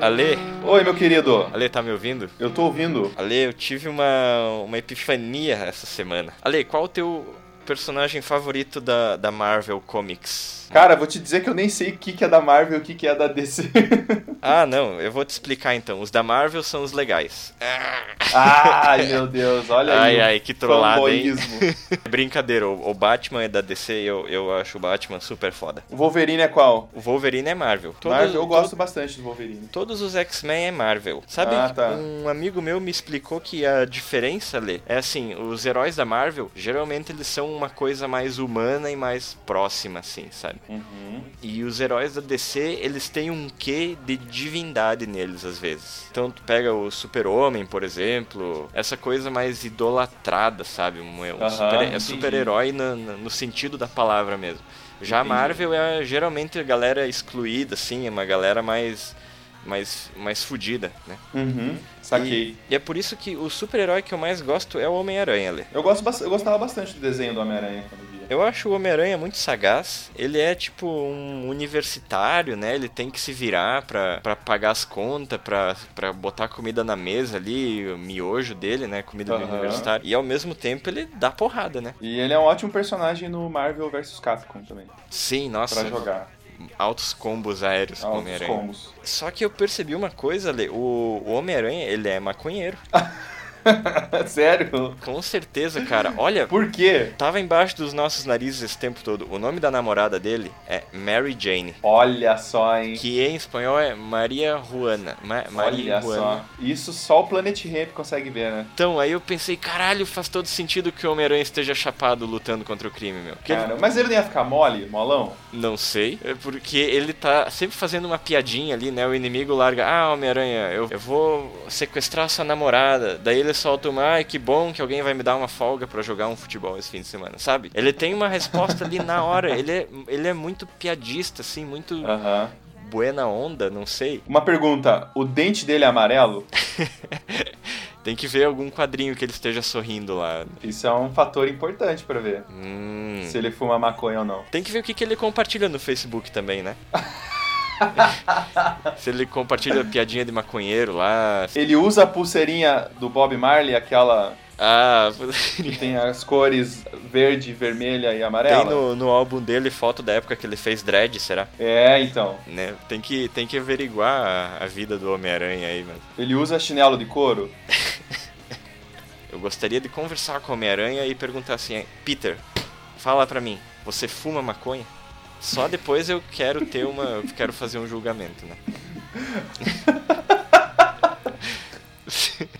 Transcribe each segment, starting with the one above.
Ale, Oi, meu querido. Ale, tá me ouvindo? Eu tô ouvindo. Ale, eu tive uma, uma epifania essa semana. Ale, qual o teu personagem favorito da, da Marvel Comics? Cara, vou te dizer que eu nem sei o que, que é da Marvel e o que, que é da DC. Ah, não, eu vou te explicar então. Os da Marvel são os legais. ai, meu Deus, olha Ai, aí. o ai, que trollada, hein? É fanboyismo. Brincadeira, o o Batman é da DC e eu, eu acho o Batman super foda. O Wolverine é qual? O Wolverine é Marvel. Todo- Marvel, eu todo- gosto bastante do Wolverine. Todos os X-Men é Marvel. Sabe, Ah, tá. um amigo meu me explicou que a diferença, Lê, é assim, os heróis da Marvel, geralmente eles são uma coisa mais humana e mais próxima, assim, sabe? Uhum. E os heróis da DC, eles têm um quê de divindade neles, às vezes. Então tu pega o Super-Homem, por exemplo, essa coisa mais idolatrada, sabe? Um, um Aham, super- é entendi. super-herói na- na- no sentido da palavra mesmo. Já Entendi. a Marvel é geralmente a galera excluída, assim, é uma galera mais. Mais, mais fudida, né? Uhum. Saquei. E é por isso que o super-herói que eu mais gosto é o Homem-Aranha, Lê. Eu, gosto, bas- eu gostava bastante do desenho do Homem-Aranha quando via. Eu acho o Homem-Aranha muito sagaz. Ele é tipo um universitário, né? Ele tem que se virar pra, pra pagar as contas, pra, pra botar comida na mesa ali, o miojo dele, né? Comida do Aham. universitário. E ao mesmo tempo ele dá porrada, né? E ele é um ótimo personagem no Marvel vs Capcom também. Sim, Pra nossa. jogar. Altos combos aéreos com o Aos Homem-Aranha. combos. Só que eu percebi uma coisa, Lê. O, o Homem-Aranha, ele é maconheiro. Sério? Com certeza, cara. Olha. Por quê? Tava embaixo dos nossos narizes esse tempo todo. O nome da namorada dele é Mary Jane. Olha só, hein? Que em espanhol é Maria Juana. Ma Maria Olha Juana. só. Isso só o Planet Ramp consegue ver, né? Então, aí eu pensei, caralho, faz todo sentido que o Homem-Aranha esteja chapado lutando contra o crime, meu. Porque ele- Cara, mas ele não ia ficar mole, molão? não sei, é porque ele tá sempre fazendo uma piadinha ali, né? O inimigo larga, ah, Homem-Aranha, eu, eu vou sequestrar sua namorada. Daí ele solta uma, ai, que bom que alguém vai me dar uma folga pra jogar um futebol esse fim de semana, sabe? Ele tem uma resposta ali na hora, ele é, ele é muito piadista, assim, muito Aham. buena onda, não sei. Uma pergunta: o dente dele é amarelo? Tem que ver algum quadrinho que ele esteja sorrindo lá. Isso é um fator importante pra ver Hum. se ele fuma maconha ou não. Tem que ver o que, que ele compartilha no Facebook também, né? Se ele compartilha piadinha de maconheiro lá. Ele usa a pulseirinha do Bob Marley, aquela Ah, que tem as cores verde, vermelha e amarela. tem no, no álbum dele foto da época que ele fez dread, será? É, então. Né? Tem, que, tem que averiguar a, a vida do Homem-Aranha aí, mano. Ele usa chinelo de couro? Eu gostaria de conversar com o Homem-Aranha e perguntar assim: Peter, fala pra mim, você fuma maconha? Só depois eu quero ter uma. Eu quero fazer um julgamento, né?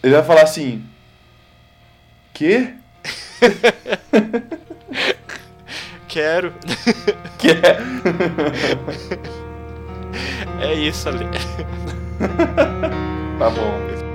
Ele vai falar assim. Quê? Quero! Que é? É isso, Ale. Tá bom.